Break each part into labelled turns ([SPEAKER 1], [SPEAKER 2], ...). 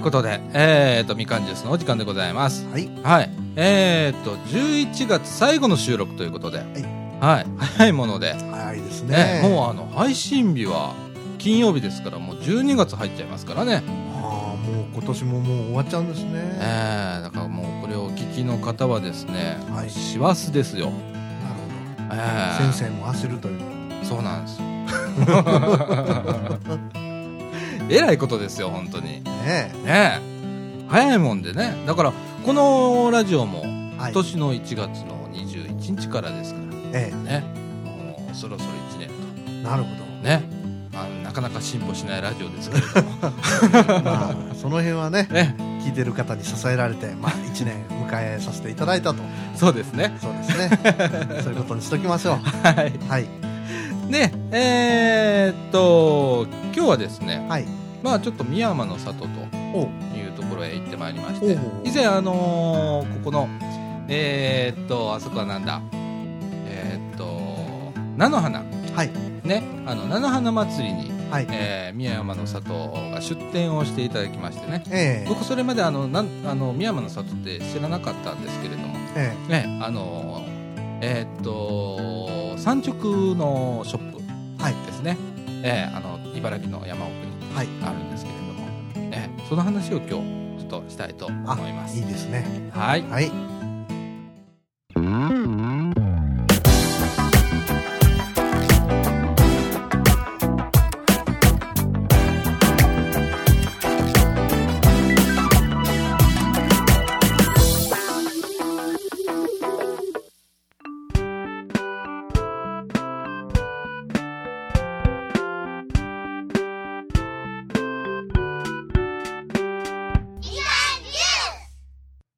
[SPEAKER 1] ことで、えーと、みかんジュースのお時間でございます。
[SPEAKER 2] はい。
[SPEAKER 1] はい。えーと、11月最後の収録ということで、はい。早いもので、
[SPEAKER 2] 早いですね
[SPEAKER 1] ね、。もうあの、配信日は金曜日ですから、もう12月入っちゃいますからね。
[SPEAKER 2] ああ、もう今年ももう終わっちゃうんです
[SPEAKER 1] え
[SPEAKER 2] ね。
[SPEAKER 1] ー、だからもうこれをお聞きの方はですね、
[SPEAKER 2] はい
[SPEAKER 1] 師走ですよ。
[SPEAKER 2] なるほ
[SPEAKER 1] え
[SPEAKER 2] ど。
[SPEAKER 1] ー、
[SPEAKER 2] 先生も焦るという。
[SPEAKER 1] そうなんですよ。えらいことですよ、本当に。
[SPEAKER 2] ね
[SPEAKER 1] ねえ早いもんでねだからこのラジオも
[SPEAKER 2] え。は
[SPEAKER 1] 今年の1月の21日からですから
[SPEAKER 2] え
[SPEAKER 1] ねもうそろそろ1年
[SPEAKER 2] え。なるほ
[SPEAKER 1] とね、まあ、なかなか進歩しないラジオですけれども
[SPEAKER 2] ど。まあ、その辺はね、
[SPEAKER 1] ね
[SPEAKER 2] 聞いてる方に支えられて、まあ、一年迎えさせていただいたと。
[SPEAKER 1] そうですね
[SPEAKER 2] そうで すね。そういうことにしときましょう。
[SPEAKER 1] はい
[SPEAKER 2] はい。
[SPEAKER 1] でえーっと今日はですね
[SPEAKER 2] はい。
[SPEAKER 1] まあちょっと美山の里と
[SPEAKER 2] おう。
[SPEAKER 1] いうところへ行ってまいりまして
[SPEAKER 2] おう
[SPEAKER 1] 以前あのーここのえーっとあそこはなんだえーっと菜の花
[SPEAKER 2] はい。
[SPEAKER 1] ね、あの菜の花祭りに、
[SPEAKER 2] はい。
[SPEAKER 1] えー、宮山の里が出店をしていただきましてね
[SPEAKER 2] ええ。
[SPEAKER 1] 僕それまであのなんあの宮山の里って知らなかったんですけれども、
[SPEAKER 2] え
[SPEAKER 1] ね、あのーえーっと産直のショップ
[SPEAKER 2] はい
[SPEAKER 1] ですね、えーあの茨城の山奥に
[SPEAKER 2] え。はい。
[SPEAKER 1] あるんですけれども、ね、その話を今日ちょっとしたいと思いま
[SPEAKER 2] い
[SPEAKER 1] す
[SPEAKER 2] い。ですね。
[SPEAKER 1] はい
[SPEAKER 2] はい。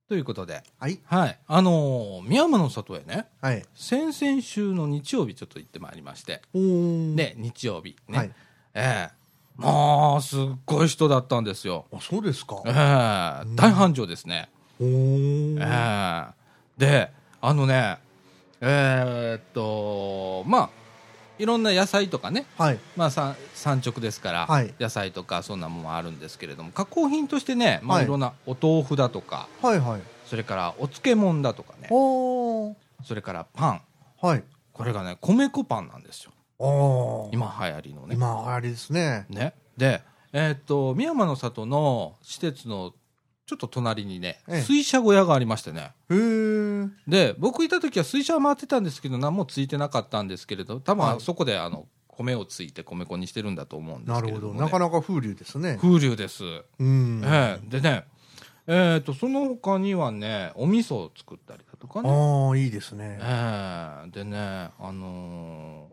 [SPEAKER 1] ということで、
[SPEAKER 2] はい。
[SPEAKER 1] はい、あのー宮山の里へね
[SPEAKER 2] はい。
[SPEAKER 1] 先々週の日曜日ちょっと行ってまいりまして。
[SPEAKER 2] おー。
[SPEAKER 1] ね、日曜日、ね
[SPEAKER 2] はい。
[SPEAKER 1] ええまあすっごい人だったんですよ、
[SPEAKER 2] あ、そうですか。
[SPEAKER 1] ええ大繁盛ですね、
[SPEAKER 2] おー。
[SPEAKER 1] ええであのねえーっとまあいろんな野菜とかね
[SPEAKER 2] はい。
[SPEAKER 1] まあ、産産直ですから、
[SPEAKER 2] はい
[SPEAKER 1] 野菜とかそんなもんあるんですけれども加工品としてね、まあ、
[SPEAKER 2] はい
[SPEAKER 1] いろんなお豆腐だとか、
[SPEAKER 2] はいはい。
[SPEAKER 1] それからお漬物だとかね
[SPEAKER 2] おー。
[SPEAKER 1] それからパン
[SPEAKER 2] はい。
[SPEAKER 1] これがね米粉パンなんですよ
[SPEAKER 2] おー。
[SPEAKER 1] 今流行りのね
[SPEAKER 2] 今あれですね
[SPEAKER 1] ね、で、えーっと美山の里の施設のちょっと隣にね、
[SPEAKER 2] ええ
[SPEAKER 1] 水車小屋がありましてね
[SPEAKER 2] へえ
[SPEAKER 1] で僕いた時は水車は回ってたんですけど何もついてなかったんですけれど多分
[SPEAKER 2] はい
[SPEAKER 1] あそこであの米をついて米粉にしてるんだと思うんで
[SPEAKER 2] な
[SPEAKER 1] すけれ
[SPEAKER 2] るほ
[SPEAKER 1] ども、
[SPEAKER 2] ど
[SPEAKER 1] ね、
[SPEAKER 2] なかなか風流ですね
[SPEAKER 1] 風流です、
[SPEAKER 2] うんあ
[SPEAKER 1] ええでねえーっとその他にはねお味噌を作ったりだとかね
[SPEAKER 2] あいいですね
[SPEAKER 1] ええでねあの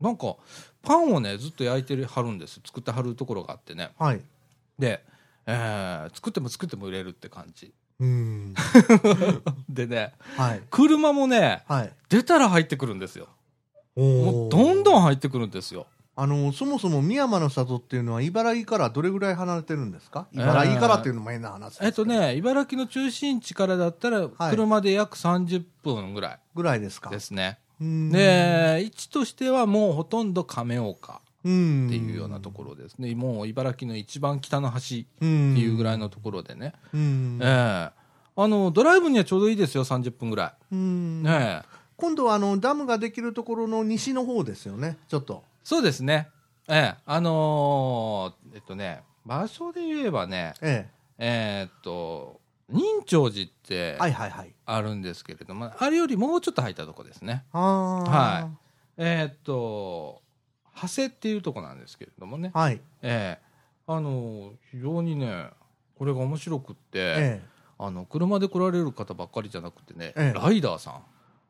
[SPEAKER 1] ーなんかパンをねずっと焼いてるはるんです作ってはるところがあってね
[SPEAKER 2] はい
[SPEAKER 1] で、えー作っても作っても売れるって感じ。
[SPEAKER 2] うん
[SPEAKER 1] でね、
[SPEAKER 2] はい
[SPEAKER 1] 車もね、
[SPEAKER 2] はい
[SPEAKER 1] 出たら入ってくるんですよ。
[SPEAKER 2] お
[SPEAKER 1] も
[SPEAKER 2] ー
[SPEAKER 1] うどんどん入ってくるんですよ。
[SPEAKER 2] あのそもそも美山の里っていうのは茨城からどれぐらい離れてるんですか茨城からっていうのも変な話ですけど
[SPEAKER 1] えっとね、茨城の中心地からだったら、
[SPEAKER 2] はい
[SPEAKER 1] 車で約30分ぐら
[SPEAKER 2] ぐらいですか
[SPEAKER 1] いですね。
[SPEAKER 2] うん
[SPEAKER 1] で、位置としてはもうほとんど亀岡
[SPEAKER 2] うん
[SPEAKER 1] っていうようなところですね。もう茨城の一番北の端っ
[SPEAKER 2] ろって
[SPEAKER 1] いうぐ
[SPEAKER 2] らい
[SPEAKER 1] らいのところでね。
[SPEAKER 2] うん
[SPEAKER 1] ええあの、ドライブにはちょうどいいですよ、30分ぐら
[SPEAKER 2] うん
[SPEAKER 1] い。ねえ
[SPEAKER 2] 今度はあのダムができるところの西の方ですよねちょっと
[SPEAKER 1] そうですね。ええ、あのーえっとね、場所で言えばね、
[SPEAKER 2] え
[SPEAKER 1] えーっと、仁長寺っ
[SPEAKER 2] え
[SPEAKER 1] て
[SPEAKER 2] はいはいはい
[SPEAKER 1] あるんですけれども、あれよりもうちょっと入ったとこですね。
[SPEAKER 2] ああ
[SPEAKER 1] はえーっと、長谷っていうとこなんですけれどもね、
[SPEAKER 2] はい
[SPEAKER 1] ええあのー非常にね、これが面白くって、
[SPEAKER 2] ええ
[SPEAKER 1] あの車で来られる方ばっかりじゃなくてね、
[SPEAKER 2] ええ
[SPEAKER 1] ライダーさん
[SPEAKER 2] あ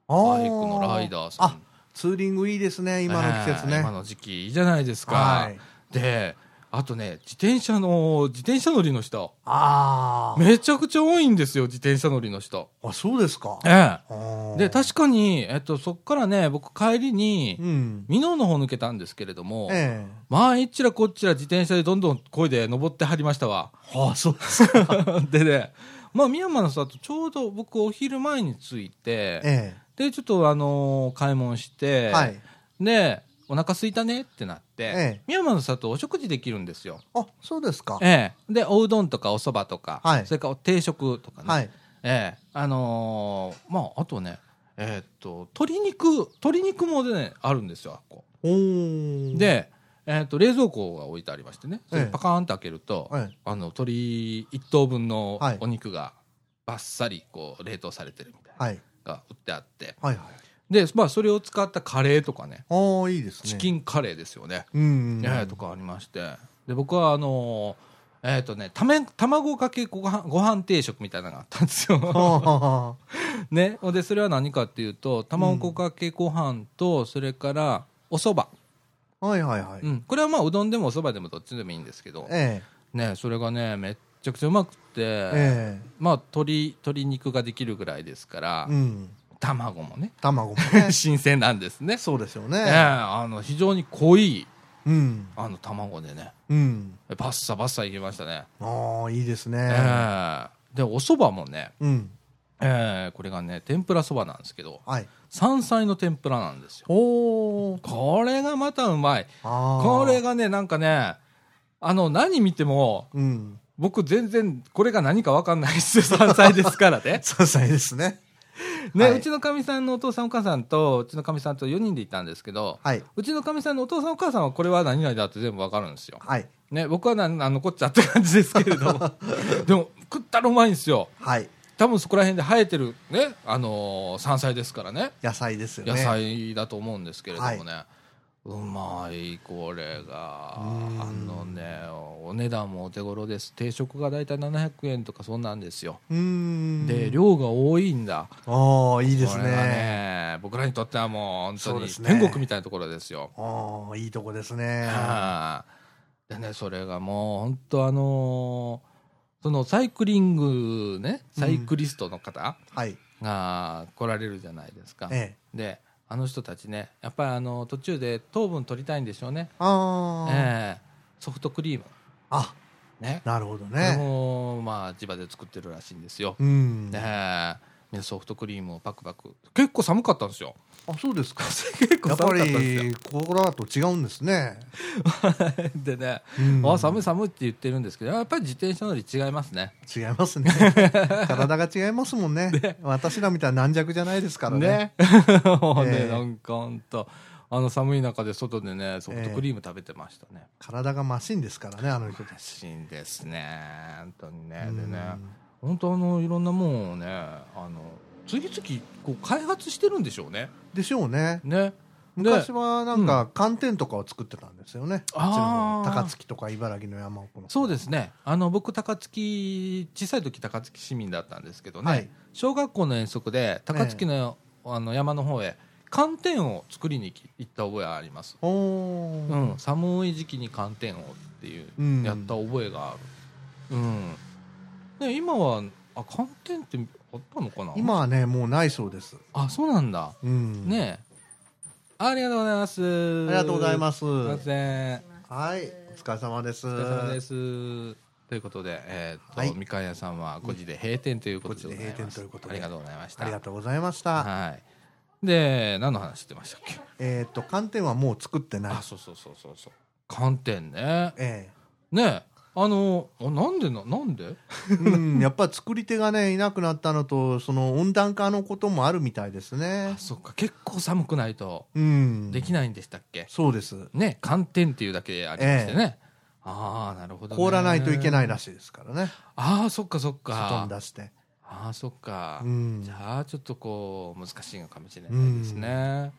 [SPEAKER 1] バイクのライ
[SPEAKER 2] ー
[SPEAKER 1] ダーさん
[SPEAKER 2] ツーリングいいですね今の季節ね、
[SPEAKER 1] ええ今の時期いいじゃないですか、
[SPEAKER 2] はい
[SPEAKER 1] であとね自転車の自転車乗りの人
[SPEAKER 2] あー
[SPEAKER 1] めちゃくちゃ多いんですよ自転車乗りの人
[SPEAKER 2] あそうですか
[SPEAKER 1] ええで
[SPEAKER 2] で
[SPEAKER 1] 確かに、えっと、そっからね僕帰りに
[SPEAKER 2] うん
[SPEAKER 1] 箕面の方抜けたんですけれども、
[SPEAKER 2] ええ
[SPEAKER 1] まあいっちらこっちら自転車でどんどん漕いで登ってはりました わ
[SPEAKER 2] ああそうですか
[SPEAKER 1] でねまあ深山の里ちょうど僕お昼前に着いて
[SPEAKER 2] え
[SPEAKER 1] でちょっとあのー買い物して、
[SPEAKER 2] えはい
[SPEAKER 1] でお腹空いたねってなって、
[SPEAKER 2] ええ
[SPEAKER 1] 宮間の里お食事できるんですよ。
[SPEAKER 2] あそうですか、
[SPEAKER 1] ええ、でおうどんとかおそばとか、
[SPEAKER 2] はい
[SPEAKER 1] それからお定食とかね、
[SPEAKER 2] はい
[SPEAKER 1] ええあのーまああとねえーっと鶏肉鶏肉もねあるんですよあっこ
[SPEAKER 2] おー、
[SPEAKER 1] で、えーっと冷蔵庫が置いてありましてねそれ
[SPEAKER 2] ええ
[SPEAKER 1] パカーンと開けると、
[SPEAKER 2] はい、
[SPEAKER 1] あの鶏一頭分の
[SPEAKER 2] はい
[SPEAKER 1] お肉がバッサリこう冷凍されてるみたいな
[SPEAKER 2] はい
[SPEAKER 1] のが売ってあって
[SPEAKER 2] はいはい
[SPEAKER 1] で、まあ、それを使ったカレーとかね
[SPEAKER 2] ああいいですね
[SPEAKER 1] チキ
[SPEAKER 2] ン
[SPEAKER 1] ンカレーですよね
[SPEAKER 2] うん、
[SPEAKER 1] ええ とかありましてで僕はあのーえっ、とねため卵かけご飯ご飯定食みたいなのがあったん です
[SPEAKER 2] あ
[SPEAKER 1] よ。
[SPEAKER 2] ああ
[SPEAKER 1] ね、でそれは何かっていうと卵かけご飯とそれからおそば、
[SPEAKER 2] あはいはいはい、
[SPEAKER 1] うん、これはまあうどんでもおそばでもどっちでもいいんですけど、
[SPEAKER 2] ええ
[SPEAKER 1] ね、それがねめっちゃくちゃうまくて、
[SPEAKER 2] え
[SPEAKER 1] まあ鶏鶏肉ができるぐらいですから
[SPEAKER 2] え、うん
[SPEAKER 1] 卵もね
[SPEAKER 2] 卵も ね
[SPEAKER 1] 新鮮なんですね。
[SPEAKER 2] そうですよ
[SPEAKER 1] え
[SPEAKER 2] ね、
[SPEAKER 1] えあの非常に濃い
[SPEAKER 2] うん
[SPEAKER 1] あの卵でね
[SPEAKER 2] うん
[SPEAKER 1] バッサバッサいけましたね。
[SPEAKER 2] ああいいですね、
[SPEAKER 1] ええでお蕎麦もね、
[SPEAKER 2] うん
[SPEAKER 1] ええこれがね天ぷらそばなんですけど
[SPEAKER 2] はい
[SPEAKER 1] 山菜の天ぷらなんですよ
[SPEAKER 2] おお
[SPEAKER 1] これがまたうまい
[SPEAKER 2] ああ
[SPEAKER 1] これがねなんかねあの何見ても
[SPEAKER 2] うん
[SPEAKER 1] 僕全然これが何か分かんないですよ山菜ですからね
[SPEAKER 2] 3歳ですね
[SPEAKER 1] ね、
[SPEAKER 2] はいう
[SPEAKER 1] ちのかみさんのお父さんお母さんとうちのかみさんと4人で行ったんですけど、
[SPEAKER 2] はいう
[SPEAKER 1] ちのかみさんのお父さんお母さんはこれは何々だって全部分かるんですよ、
[SPEAKER 2] はい
[SPEAKER 1] ね、僕はなんあのこっちゃって感じですけれ どもでも食ったらうまいんですよ
[SPEAKER 2] はい
[SPEAKER 1] 多分そこら辺で生えてるね、あのー山菜ですからね
[SPEAKER 2] 野菜ですよね
[SPEAKER 1] 野菜だと思うんですけれどもね、うまいこれがあ
[SPEAKER 2] うん
[SPEAKER 1] のねお値段もお手頃です定食が大体700円とかそんなんですよ
[SPEAKER 2] うーん
[SPEAKER 1] で量が多いんだ
[SPEAKER 2] ああいいです
[SPEAKER 1] これ
[SPEAKER 2] ね
[SPEAKER 1] がね僕らにとってはもう
[SPEAKER 2] そ
[SPEAKER 1] 本当
[SPEAKER 2] うで
[SPEAKER 1] に
[SPEAKER 2] すね
[SPEAKER 1] 天国みたいなところですよ
[SPEAKER 2] ああいいとこですね
[SPEAKER 1] はいでねそれがもう本当あのーそのサイクリングねサイクリストの方、
[SPEAKER 2] はい
[SPEAKER 1] が来られるじゃないですか、
[SPEAKER 2] ええ
[SPEAKER 1] であの人たちねやっぱりあの途中で糖分取りたいんでしょうね、
[SPEAKER 2] ああ、
[SPEAKER 1] ええソフトクリーム
[SPEAKER 2] あ
[SPEAKER 1] ね
[SPEAKER 2] なるほど
[SPEAKER 1] これ
[SPEAKER 2] ね
[SPEAKER 1] もまあ地場で作ってるらしいんですよ、
[SPEAKER 2] うん
[SPEAKER 1] ねえみんなソフトクリームをパクパク結構寒かったんですよ
[SPEAKER 2] あそうですか
[SPEAKER 1] 結構
[SPEAKER 2] やっぱ
[SPEAKER 1] 寒かったんですよ
[SPEAKER 2] りコロラと違うんですね、
[SPEAKER 1] でね、
[SPEAKER 2] うん
[SPEAKER 1] あ寒い寒いって言ってるんですけどやっぱり自転車乗り違いますね
[SPEAKER 2] 違いま すね体が違いますもんね私らみたいな軟弱じゃないですからね
[SPEAKER 1] もうね、
[SPEAKER 2] ええ
[SPEAKER 1] なんかほんとあの寒い中で外でねソフトクリーム食べてましたね、
[SPEAKER 2] 体がマシンですからねあの人たち
[SPEAKER 1] しいんですね本当にね
[SPEAKER 2] う
[SPEAKER 1] で
[SPEAKER 2] ん
[SPEAKER 1] ね本当あのいろんなもんをねあの次々こう開発してるんでしょうね
[SPEAKER 2] でしょうね
[SPEAKER 1] ねで
[SPEAKER 2] 昔はなんか寒天とかを作ってたんですよね、あっちの
[SPEAKER 1] あ
[SPEAKER 2] 方
[SPEAKER 1] ー
[SPEAKER 2] 高槻とか茨城の山奥の
[SPEAKER 1] そうですすねあの僕高槻小さい時高槻市民だったんですけどね、
[SPEAKER 2] はい
[SPEAKER 1] 小学校の遠足で高槻の,、あの山の方へ寒天を作りに行った覚えがあります、
[SPEAKER 2] おおー、
[SPEAKER 1] うん、寒い時期に寒天をっていう
[SPEAKER 2] うん
[SPEAKER 1] やった覚えがあるうん、ね今はあ寒天ってあったのかな
[SPEAKER 2] 今はねもうないそうです、
[SPEAKER 1] あそうなんだ、
[SPEAKER 2] うん、
[SPEAKER 1] ねえありがとうございます
[SPEAKER 2] あ
[SPEAKER 1] あ
[SPEAKER 2] りがとうございます
[SPEAKER 1] すいません
[SPEAKER 2] はいお疲れ様です
[SPEAKER 1] お疲れ様ですということで、えーと
[SPEAKER 2] はい
[SPEAKER 1] みかん屋さんは5時で閉店ということでございます
[SPEAKER 2] 5時で閉店ということで
[SPEAKER 1] ありがとうございました
[SPEAKER 2] ありがとうございました、
[SPEAKER 1] はいで何の話してましたっけ、
[SPEAKER 2] えっ、と寒天はもう作ってない
[SPEAKER 1] あそうそうそうそうそう寒天ね
[SPEAKER 2] え
[SPEAKER 1] ねえあのあなんでななんで
[SPEAKER 2] えうん、やっぱ作り手がねいなくなったのとその温暖化のこともあるみたいですね
[SPEAKER 1] あそっか結構寒くないと
[SPEAKER 2] うん
[SPEAKER 1] できないんでしたっけ、
[SPEAKER 2] そうです
[SPEAKER 1] ね寒天っていうだけでありましてね、ああなるほど、ね、
[SPEAKER 2] 凍らないといけない
[SPEAKER 1] な
[SPEAKER 2] らしいですからね
[SPEAKER 1] ああそっかそっか
[SPEAKER 2] 外に出して
[SPEAKER 1] ああそっか、
[SPEAKER 2] うん
[SPEAKER 1] じゃあちょっとこう難しいのかもしれないですね、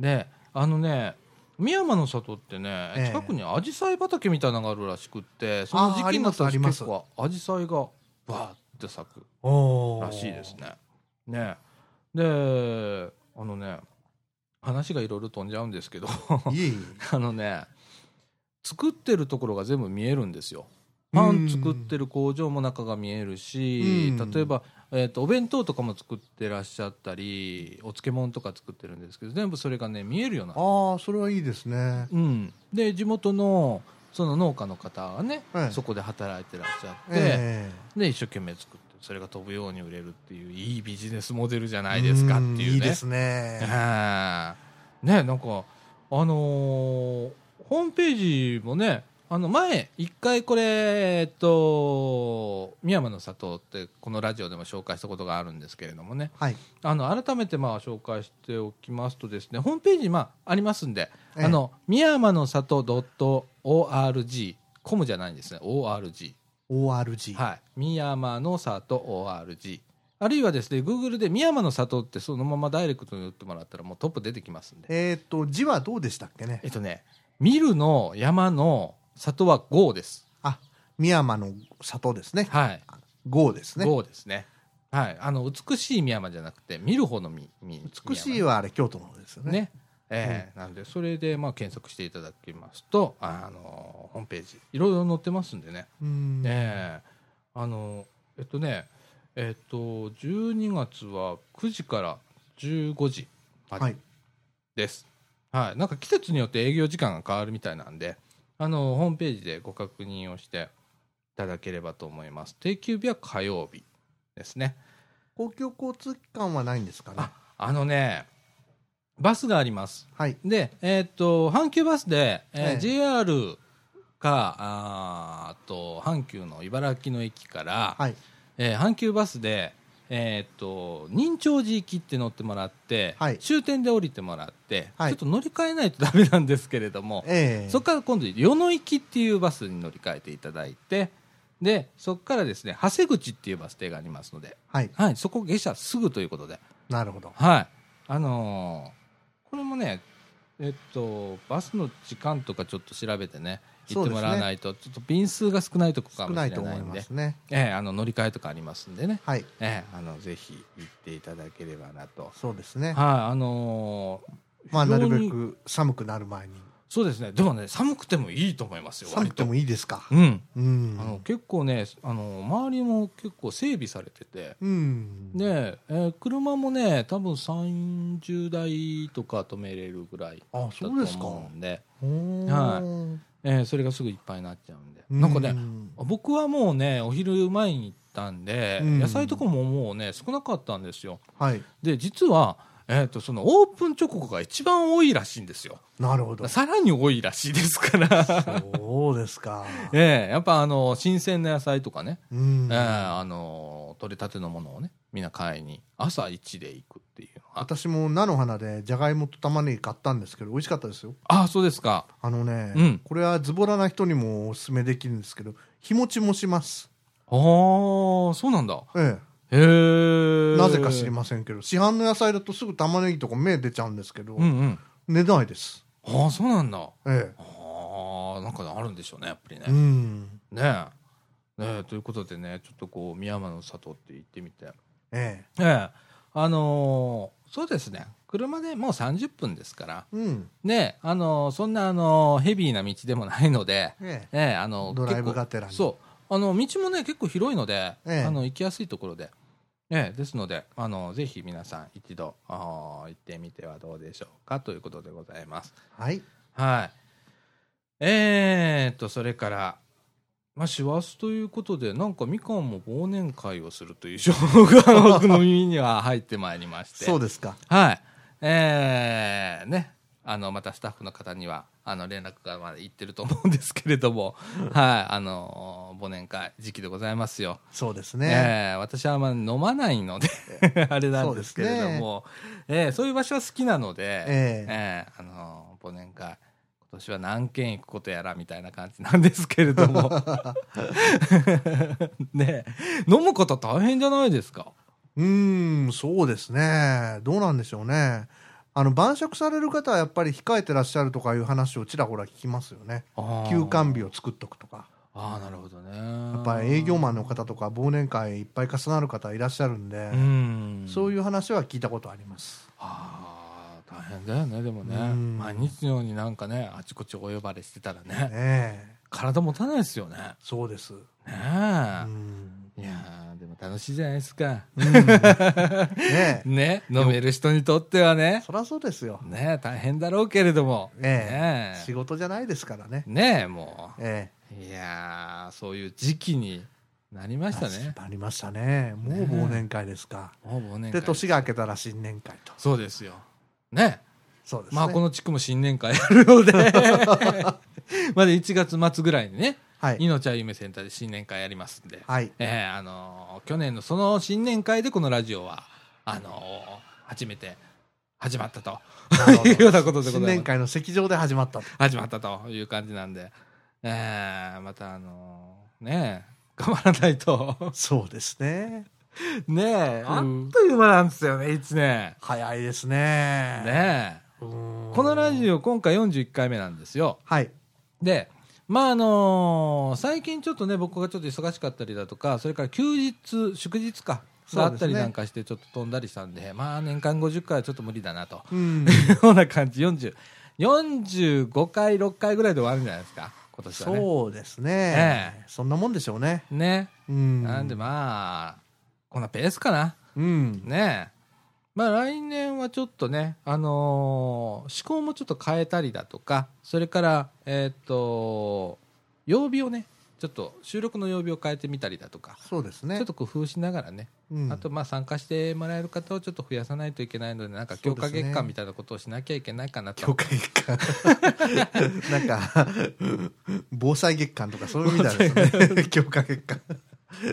[SPEAKER 1] であのね深山の里ってね、
[SPEAKER 2] ええ
[SPEAKER 1] 近くにアジサイ畑みたいなのがあるらしくってその時
[SPEAKER 2] ああ
[SPEAKER 1] 期
[SPEAKER 2] り
[SPEAKER 1] にな
[SPEAKER 2] ま
[SPEAKER 1] っ
[SPEAKER 2] す
[SPEAKER 1] たら
[SPEAKER 2] あります
[SPEAKER 1] 結構アジサイがバーって咲く
[SPEAKER 2] おー
[SPEAKER 1] らしいですねねであのね話がいろいろ飛んじゃうんですけど
[SPEAKER 2] いえいえ
[SPEAKER 1] あのね作ってるところが全部見えるんですよ。パン作ってる工場も中が見えるし、
[SPEAKER 2] うん
[SPEAKER 1] 例えば、えー、とお弁当とかも作ってらっしゃったりお漬物とか作ってるんですけど全部それがね見えるような、
[SPEAKER 2] ああそれはいいですね
[SPEAKER 1] うん、で地元のその農家の方がね、
[SPEAKER 2] はい
[SPEAKER 1] そこで働いてらっしゃって、
[SPEAKER 2] ええ
[SPEAKER 1] で一生懸命作ってそれが飛ぶように売れるっていういいビ ジネスモデルじゃないですかっていうね。
[SPEAKER 2] んいいですね
[SPEAKER 1] ねえなんかああのーホームページもねあの前一回これえっと「深山の里」ってこのラジオでも紹介したことがあるんですけれどもね
[SPEAKER 2] はい。
[SPEAKER 1] あの改めてまあ紹介しておきますとですねホームページにまあありますんで「
[SPEAKER 2] ええ
[SPEAKER 1] あの宮山の里 .org」コムじゃないんですね org
[SPEAKER 2] ORG。
[SPEAKER 1] はい「深山の里 org」あるいはですね Google で「深山の里」ってそのままダイレクトに打ってもらったらもうトップ出てきますんで
[SPEAKER 2] えーっと、字はどうでしたっけね
[SPEAKER 1] えっとね見るの山の里は5です
[SPEAKER 2] あ、深山の里ですね。
[SPEAKER 1] はい
[SPEAKER 2] 郷ですね。
[SPEAKER 1] 5ですねはいあの美しい深山じゃなくて見る方のみみ
[SPEAKER 2] 美
[SPEAKER 1] 深
[SPEAKER 2] し
[SPEAKER 1] 山
[SPEAKER 2] いはあれ、京都の方ですよね。
[SPEAKER 1] ね。ええなんでそれでまあ検索していただきますとあのホームページいろいろ載ってますんでね、
[SPEAKER 2] うん。
[SPEAKER 1] ええあのえっとねえっと12月は9時から15時ま
[SPEAKER 2] は
[SPEAKER 1] で
[SPEAKER 2] い。
[SPEAKER 1] です、はいなんか季節によって営業時間が変わるみたいなんであのホームページでご確認をしていただければと思います定休日は火曜日ですね
[SPEAKER 2] 公共交通機関はないんですかね
[SPEAKER 1] あ。あのねバスがあります
[SPEAKER 2] はい。
[SPEAKER 1] で、えーっと阪急バスで、えー
[SPEAKER 2] ええ
[SPEAKER 1] JR かあーと阪急の茨城の駅から、
[SPEAKER 2] はい。
[SPEAKER 1] えー阪急バスで、えーっと仁長寺行きって乗ってもらって、
[SPEAKER 2] はい
[SPEAKER 1] 終点で降りてもらって、
[SPEAKER 2] はい
[SPEAKER 1] ちょっと乗り換えないとダメなんですけれども、
[SPEAKER 2] ええ
[SPEAKER 1] そこから今度与野行きっていうバスに乗り換えていただいてでそこからですね長谷口っていうバス停がありますので、
[SPEAKER 2] はい。
[SPEAKER 1] はい、そこ下車すぐということで。
[SPEAKER 2] なるほど。
[SPEAKER 1] はい。あのーこれもね、えっと、バスの時間とかちょっと調べてね、行
[SPEAKER 2] そ
[SPEAKER 1] っ
[SPEAKER 2] う
[SPEAKER 1] て
[SPEAKER 2] ですね
[SPEAKER 1] もらわないと、ちょっと便数が少ないとこか
[SPEAKER 2] 少
[SPEAKER 1] もし
[SPEAKER 2] な
[SPEAKER 1] れ
[SPEAKER 2] いと
[SPEAKER 1] な
[SPEAKER 2] 思
[SPEAKER 1] い
[SPEAKER 2] い
[SPEAKER 1] ん
[SPEAKER 2] ま
[SPEAKER 1] で、
[SPEAKER 2] すね。
[SPEAKER 1] ええあの乗り換えとかありますんでね、
[SPEAKER 2] はい。
[SPEAKER 1] ええあのぜひ行っていただければなと。
[SPEAKER 2] そうですね。
[SPEAKER 1] はい、あのー
[SPEAKER 2] まあ、
[SPEAKER 1] 非常
[SPEAKER 2] な
[SPEAKER 1] に
[SPEAKER 2] るべく寒くなる前に。
[SPEAKER 1] そうですね、でもね、寒くてもいいと思いますよ、
[SPEAKER 2] 寒くても
[SPEAKER 1] いい。
[SPEAKER 2] いいですか。
[SPEAKER 1] うん。
[SPEAKER 2] う
[SPEAKER 1] あの
[SPEAKER 2] ん。
[SPEAKER 1] 結構ね、あの周りも結構整備されてて、
[SPEAKER 2] うん。
[SPEAKER 1] ねええー車もね多分30台とか止めれるぐらい
[SPEAKER 2] あ
[SPEAKER 1] だと
[SPEAKER 2] そうですか。
[SPEAKER 1] 思うんで
[SPEAKER 2] おー
[SPEAKER 1] はえーそれがすぐいっぱいになっちゃうんで、
[SPEAKER 2] うん
[SPEAKER 1] なんかね僕はもうねお昼前に行ったんで、
[SPEAKER 2] うん
[SPEAKER 1] 野菜とかももうね少なかったんですよ
[SPEAKER 2] はい。
[SPEAKER 1] で実は、えー、とそのオープン直後が一番多いらしいんですよ
[SPEAKER 2] なるほど。
[SPEAKER 1] さらに多いらしいですから
[SPEAKER 2] そうですか。
[SPEAKER 1] ええやっぱあの新鮮な野菜とかね、
[SPEAKER 2] うん
[SPEAKER 1] ええ あの取れたてのものをねみんな買いに朝一で行くっていうのが
[SPEAKER 2] 私も菜の花でじゃがいもと玉ねぎ買ったんですけど美味しかったですよ
[SPEAKER 1] ああそうですか
[SPEAKER 2] あのね、
[SPEAKER 1] うん
[SPEAKER 2] これはズボラな人にもおすすめできるんですけど日持ちもします
[SPEAKER 1] ああ、そうなんだ。
[SPEAKER 2] え
[SPEAKER 1] へ
[SPEAKER 2] え
[SPEAKER 1] え。
[SPEAKER 2] なぜか知りませんけど市販の野菜だとすぐ玉ねぎとか芽出ちゃうんですけど、
[SPEAKER 1] うんうん。
[SPEAKER 2] 寝ないです
[SPEAKER 1] ああ、そうなんだ。あ
[SPEAKER 2] え
[SPEAKER 1] あ、なんかあるんでしょうね、やっぱり
[SPEAKER 2] えう
[SPEAKER 1] ね。
[SPEAKER 2] ん
[SPEAKER 1] ねえ。ねえ、ということでね、ちょっとこう、宮山の里って行ってみて。
[SPEAKER 2] え
[SPEAKER 1] ええ。あのーそうですね。車でもう30分ですから。
[SPEAKER 2] えうん
[SPEAKER 1] ねえ、あのーそんな、あのーヘビーな道でもないので、
[SPEAKER 2] ええ
[SPEAKER 1] ええ、あのー
[SPEAKER 2] ドライブ
[SPEAKER 1] 結構
[SPEAKER 2] がてらに
[SPEAKER 1] そう。あの、道もね、結構広いので、
[SPEAKER 2] ええ
[SPEAKER 1] あの、行きやすいところで。ええ、ですので、あの、ぜひ皆さん一度、あー行ってみてはどうでしょうかということでございます。
[SPEAKER 2] はい
[SPEAKER 1] はい。えー、っと、それから、まあ、師走ということで、なんかみかんも忘年会をするという情報が僕の耳には入ってまいりまして。
[SPEAKER 2] そうですか
[SPEAKER 1] はい。えー、ね。あの、またスタッフの方には、あの、連絡がまだ行ってると思うんですけれども、はい。あの、忘年会、時期でございますよ。
[SPEAKER 2] そうです
[SPEAKER 1] え
[SPEAKER 2] ね、
[SPEAKER 1] え私はあんまり飲まないので、 あれなんですけれども、ええそういう場所は好きなので、
[SPEAKER 2] ええ
[SPEAKER 1] ええあの、忘年会、今年は何件行くことやらみたいな感じなんですけれども、 ねえ飲むこと大変じゃないですか。
[SPEAKER 2] うーん、そうですね。どうなんでしょうね。あの晩酌される方はやっぱり控えてらっしゃるとかいう話をちらほら聞きますよね。休
[SPEAKER 1] 休
[SPEAKER 2] 館日を作っとくとか。
[SPEAKER 1] ああなるほどね
[SPEAKER 2] やっぱり営業マンの方とか忘年会いっぱい重なる方いらっしゃるんで
[SPEAKER 1] う、ん
[SPEAKER 2] そう
[SPEAKER 1] いう
[SPEAKER 2] いう話は聞いたことあります。
[SPEAKER 1] ああ大変だよねでもね
[SPEAKER 2] うん
[SPEAKER 1] 毎日のようになんかねあちこちお呼ばれしてたらね
[SPEAKER 2] ええ、
[SPEAKER 1] 体持たないですよねね
[SPEAKER 2] そうです。
[SPEAKER 1] え
[SPEAKER 2] うん。
[SPEAKER 1] いやーでも楽しいじゃないですか
[SPEAKER 2] うんねえ、
[SPEAKER 1] ね飲める人にとってはね
[SPEAKER 2] そりゃそうですよ。
[SPEAKER 1] ねえ大変だろうけれども
[SPEAKER 2] え
[SPEAKER 1] ね
[SPEAKER 2] え、仕事じゃないですからね
[SPEAKER 1] え。ねえも
[SPEAKER 2] え
[SPEAKER 1] う
[SPEAKER 2] え、
[SPEAKER 1] いやーそういう時期になりましたね
[SPEAKER 2] ありましたね。もう忘年会ですか。
[SPEAKER 1] もう忘年
[SPEAKER 2] で
[SPEAKER 1] 会
[SPEAKER 2] 年が明けたら新年会と
[SPEAKER 1] そうですよね
[SPEAKER 2] そうですね。
[SPEAKER 1] まあこの地区も新年会やるのでまだ1月末ぐらいにね
[SPEAKER 2] はい。
[SPEAKER 1] 命は夢センターで新年会やりますんで、
[SPEAKER 2] はい。
[SPEAKER 1] えーあのー去年のその新年会でこのラジオはあのー初めて始まったというようなことでござい
[SPEAKER 2] 新
[SPEAKER 1] ます
[SPEAKER 2] 年会の席上で始まったと。
[SPEAKER 1] 始まったという感じなんで、えーまたあのーねえ頑張らないと
[SPEAKER 2] そうですね。
[SPEAKER 1] ねえ
[SPEAKER 2] ん
[SPEAKER 1] あっという間なんですよね一年
[SPEAKER 2] 早いですね。
[SPEAKER 1] ねえこ
[SPEAKER 2] こ
[SPEAKER 1] のラジ
[SPEAKER 2] オ。
[SPEAKER 1] オ今回41回目なんですよ
[SPEAKER 2] はい。
[SPEAKER 1] でまああのー最近ちょっとね僕がちょっと忙しかったりだとかそれから休日祝日かがあ
[SPEAKER 2] そう
[SPEAKER 1] っ
[SPEAKER 2] で
[SPEAKER 1] た
[SPEAKER 2] す
[SPEAKER 1] り
[SPEAKER 2] ね
[SPEAKER 1] なんかしてちょっと飛んだりしたんでまあ年間50回はちょっと無理だなと
[SPEAKER 2] うん。
[SPEAKER 1] いうような感じ40 45回6回ぐらいで終わるんじゃないですか今年はね
[SPEAKER 2] そうですね。そんなもんでしょうね。
[SPEAKER 1] ね
[SPEAKER 2] うん。
[SPEAKER 1] なんでまあこんなペースかな
[SPEAKER 2] うん。
[SPEAKER 1] ねえまあ来年はちょっとねあのー思考もちょっと変えたりだとかそれからえっ、と曜日をねちょっと収録の曜日を変えてみたりだとか、
[SPEAKER 2] そうですね。
[SPEAKER 1] ちょっと工夫しながらね、
[SPEAKER 2] うん
[SPEAKER 1] あとまあ参加してもらえる方をちょっと増やさないといけないのでなんか強化月間みたいなことをしなきゃいけないかなと
[SPEAKER 2] 教会月間なんか防災月間とかそういうみたい ですね教会月間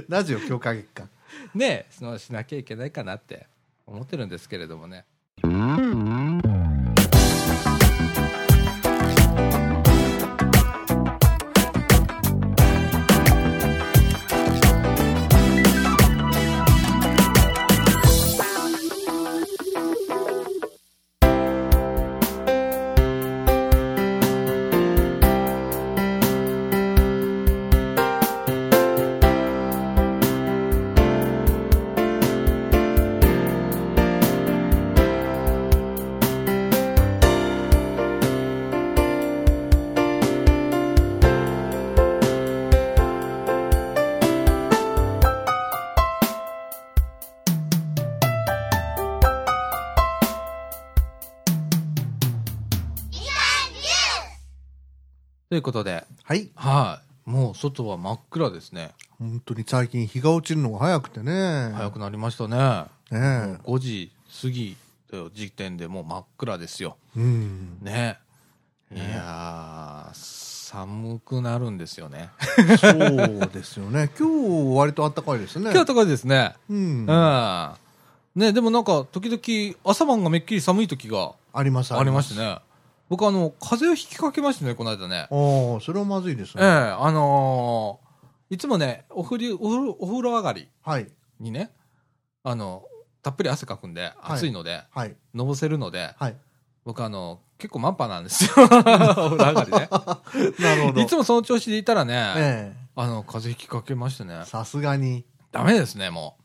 [SPEAKER 2] ラジオ教会月間
[SPEAKER 1] ねそのしなきゃいけないかなって思ってるんですけれどもね。ということで、
[SPEAKER 2] はい
[SPEAKER 1] はい、もう外は真っ暗ですね。
[SPEAKER 2] 本当に最近日が落ちるのが早くてね
[SPEAKER 1] 早くなりましたね。
[SPEAKER 2] ね
[SPEAKER 1] 5時過ぎという時点でもう真っ暗ですよ。
[SPEAKER 2] えうん
[SPEAKER 1] ね。い
[SPEAKER 2] ね
[SPEAKER 1] やー、寒くなるんですよね。
[SPEAKER 2] そうですよ ね今日割と暖かいですね
[SPEAKER 1] 今日とかですね。
[SPEAKER 2] うん
[SPEAKER 1] うん。ね、でもなんか時々朝晩がめっきり寒い時が
[SPEAKER 2] あります
[SPEAKER 1] ありました
[SPEAKER 2] ね
[SPEAKER 1] ね。僕あの、風邪をひきかけましたね、この間ね。
[SPEAKER 2] ああそれはまずいです
[SPEAKER 1] ええ
[SPEAKER 2] ね
[SPEAKER 1] あのーいつもね、おふり、お風呂、お風呂上がり
[SPEAKER 2] はい
[SPEAKER 1] にね、あの、たっぷり汗かくんで、
[SPEAKER 2] い
[SPEAKER 1] 暑いので、
[SPEAKER 2] はい
[SPEAKER 1] のぼせるので、
[SPEAKER 2] はい
[SPEAKER 1] 僕あの、結構マンパなん ですよ。お風呂上がりね。
[SPEAKER 2] なるほど
[SPEAKER 1] いつもその調子でいたらね、
[SPEAKER 2] え
[SPEAKER 1] あの、風邪ひきかけましてね
[SPEAKER 2] え、さすがに
[SPEAKER 1] ダメですね、も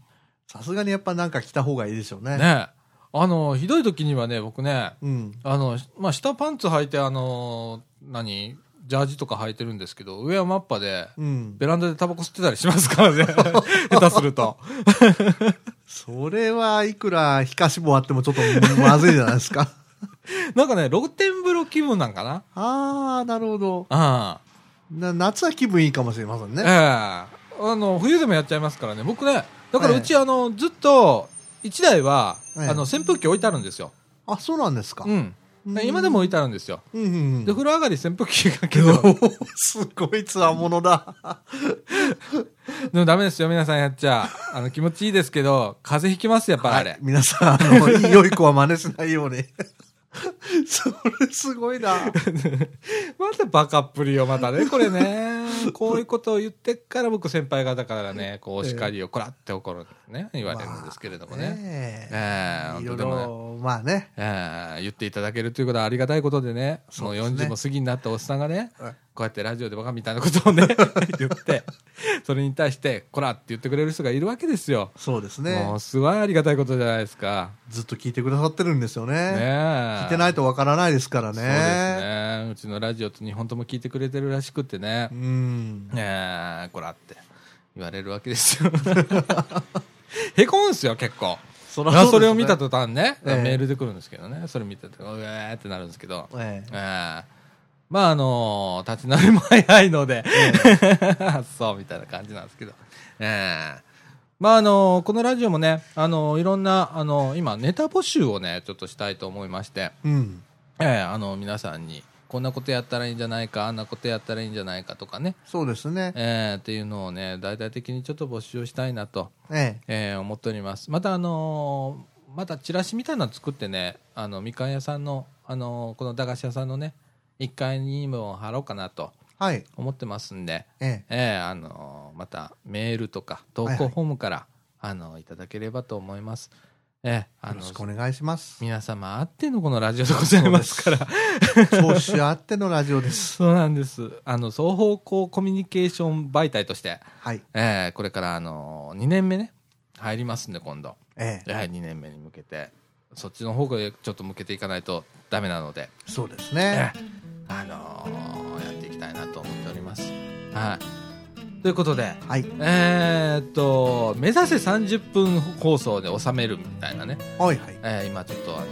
[SPEAKER 2] さすがにやっぱなんか来た方がいいでしょう
[SPEAKER 1] う。
[SPEAKER 2] ね
[SPEAKER 1] ね。あの、ひどい時にはね、僕ね、
[SPEAKER 2] うん
[SPEAKER 1] あの、まあ、下パンツ履いて、あの、何、ジャージとか履いてるんですけど、上はマッパで、
[SPEAKER 2] うん
[SPEAKER 1] ベランダでタバコ吸ってたりしますから ね。下手すると。
[SPEAKER 2] それはいくら皮下脂肪あってもちょっとまずいじゃないです か。
[SPEAKER 1] なんかね、露天風呂気分なんかな
[SPEAKER 2] ああ、なるほど
[SPEAKER 1] あ
[SPEAKER 2] な。夏は気分いいかもしれません
[SPEAKER 1] あ。ええ
[SPEAKER 2] ね。
[SPEAKER 1] あの、冬でもやっちゃいますからね。僕ね、だから
[SPEAKER 2] ええ
[SPEAKER 1] うち、あの、ずっと、1台は、
[SPEAKER 2] ええ
[SPEAKER 1] あの、扇風機置いてあるんですよ。
[SPEAKER 2] あ、そうなんですか。
[SPEAKER 1] うん。
[SPEAKER 2] うん
[SPEAKER 1] 今でも置いてあるんですよ。
[SPEAKER 2] うんうん
[SPEAKER 1] で、
[SPEAKER 2] うん。
[SPEAKER 1] 風呂上がり扇風機かけど、
[SPEAKER 2] すごいつわものだ。
[SPEAKER 1] でもダメですよ、皆さんやっちゃ。あの、気持ちいいですけど、風邪ひきます、やっぱりあれ。
[SPEAKER 2] はい皆さん、あの、良い子は真似しないように。 それすごいな。
[SPEAKER 1] またバカっぷりよ、またね、これ ね。こういうことを言ってっから僕先輩方からね、こうお叱りをこらって怒るんですね、言われるんですけれどもね。
[SPEAKER 2] ねえ
[SPEAKER 1] ええ
[SPEAKER 2] い
[SPEAKER 1] 本
[SPEAKER 2] ろ
[SPEAKER 1] 当で
[SPEAKER 2] い
[SPEAKER 1] もね。
[SPEAKER 2] ろ、まあね。
[SPEAKER 1] ええ言っていただけるということはありがたいことでね、その
[SPEAKER 2] そうですね
[SPEAKER 1] 40も過ぎになったおっさんがね、
[SPEAKER 2] うん
[SPEAKER 1] こうやってラジオでバカみたいなことを ね、言って、それに対して、こらって言ってくれる人がいるわけですよ。
[SPEAKER 2] そうです
[SPEAKER 1] も
[SPEAKER 2] ね
[SPEAKER 1] う。すごいありがたいことじゃないですか。
[SPEAKER 2] ずっと聞いてくださってるんですよ
[SPEAKER 1] ね
[SPEAKER 2] ね。
[SPEAKER 1] え
[SPEAKER 2] 聞いてないとわからないですからね。
[SPEAKER 1] そうですね。うちのラジオと2本とも聞いてくれてるらしくってね
[SPEAKER 2] う。ん。
[SPEAKER 1] ねえこらって言われるわけですよ へこむんすよ結構そ,、
[SPEAKER 2] そらうですね
[SPEAKER 1] れを見た途端ね、
[SPEAKER 2] ええ
[SPEAKER 1] メールで来るんですけどねそれ見たとうえーってなるんですけど、
[SPEAKER 2] え
[SPEAKER 1] ええまああの立ち直りも早いので、あ そうみたいな感じなんですけど、ええまああのこのラジオもね、あのいろんな、あの今ネタ募集をねちょっとしたいと思いまして
[SPEAKER 2] え。うん。
[SPEAKER 1] ええあの皆さんにこんなことやったらいいんじゃないかあんなことやったらいいんじゃないかとかね、
[SPEAKER 2] そうですね。
[SPEAKER 1] ええっていうのをね大々的にちょっと募集をしたいなと、
[SPEAKER 2] ええ。
[SPEAKER 1] ええ思っておりますまたあのーまたチラシみたいなの作ってねあのみかん屋さんの、あのーこの駄菓子屋さんのね1階にも貼ろうかなと
[SPEAKER 2] はい。
[SPEAKER 1] 思ってますんで、
[SPEAKER 2] ええ。
[SPEAKER 1] ええあのまたメールとか投稿フォームから、いあのいただければと思います。ええあ
[SPEAKER 2] よ
[SPEAKER 1] の
[SPEAKER 2] ろしくお願いします。
[SPEAKER 1] 皆様あってのこのラジオでございますから
[SPEAKER 2] 調子あってのラジオです。
[SPEAKER 1] そうなんですあの双方向コミュニケーション媒体として、
[SPEAKER 2] はい。
[SPEAKER 1] ええこれからあの2年目ね入りますんで今度、
[SPEAKER 2] ええ。
[SPEAKER 1] ええ、2年目に向けてそっちの方向へちょっと向けていかないとダメなので、
[SPEAKER 2] そうです
[SPEAKER 1] え
[SPEAKER 2] ね。
[SPEAKER 1] えあのやっていきたいなと思っております。はい、ということで。
[SPEAKER 2] はい。
[SPEAKER 1] えーっと目指せ30分放送で収めるみたいなね、
[SPEAKER 2] はいはい。
[SPEAKER 1] えー今ちょっとあの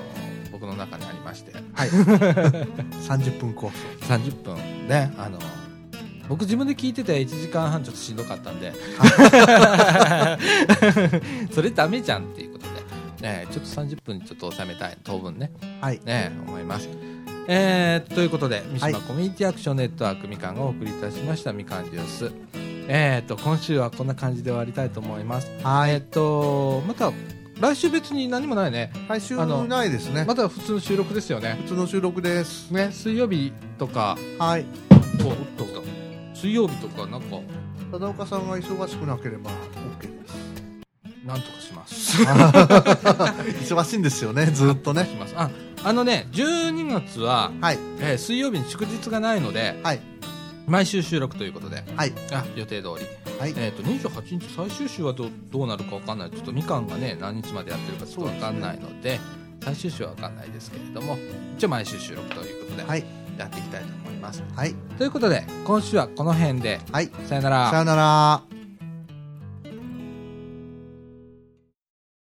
[SPEAKER 1] 僕の中にありまして
[SPEAKER 2] はい。30分コース。
[SPEAKER 1] 30分ねあの僕自分で聞いてて1時間半ちょっとしんどかったん でそれダメじゃんっていうことで、えーちょっと30分ちょっと収めたい当分ね
[SPEAKER 2] はい。
[SPEAKER 1] ね思います。えーということで三島コミュニティアクションネットワークみかんがお送りいたしましたみかんジュース、えー、と今週はこんな感じで終わりたいと思います。
[SPEAKER 2] は
[SPEAKER 1] えっ
[SPEAKER 2] い。
[SPEAKER 1] とまた来週別に何もないね
[SPEAKER 2] 来週
[SPEAKER 1] あの
[SPEAKER 2] ないですね
[SPEAKER 1] ま。た普通の収録ですよね
[SPEAKER 2] 普通の収録です。
[SPEAKER 1] ね水曜日とか
[SPEAKER 2] はい。
[SPEAKER 1] おおっと来た水曜日とかなんか
[SPEAKER 2] 忠岡さんが忙しくなければ OK です。
[SPEAKER 1] なんとかします
[SPEAKER 2] 忙しいんです よね。ずっとね。
[SPEAKER 1] しますああのね12月は、
[SPEAKER 2] はい。
[SPEAKER 1] えー水曜日に祝日がないので
[SPEAKER 2] はい。
[SPEAKER 1] 毎週収録ということで
[SPEAKER 2] はい。
[SPEAKER 1] あ予定通り、
[SPEAKER 2] はい。
[SPEAKER 1] えっと28日最終週はどうどうなるかわかんないちょっとみかんがね何日までやってるかちょっとわかんないので最終週はわかんないですけれども一応毎週収録ということで
[SPEAKER 2] はい。
[SPEAKER 1] やっていきたいと思います、
[SPEAKER 2] はい。
[SPEAKER 1] ということで今週はこの辺で
[SPEAKER 2] はい。
[SPEAKER 1] さよなら
[SPEAKER 2] さよなら。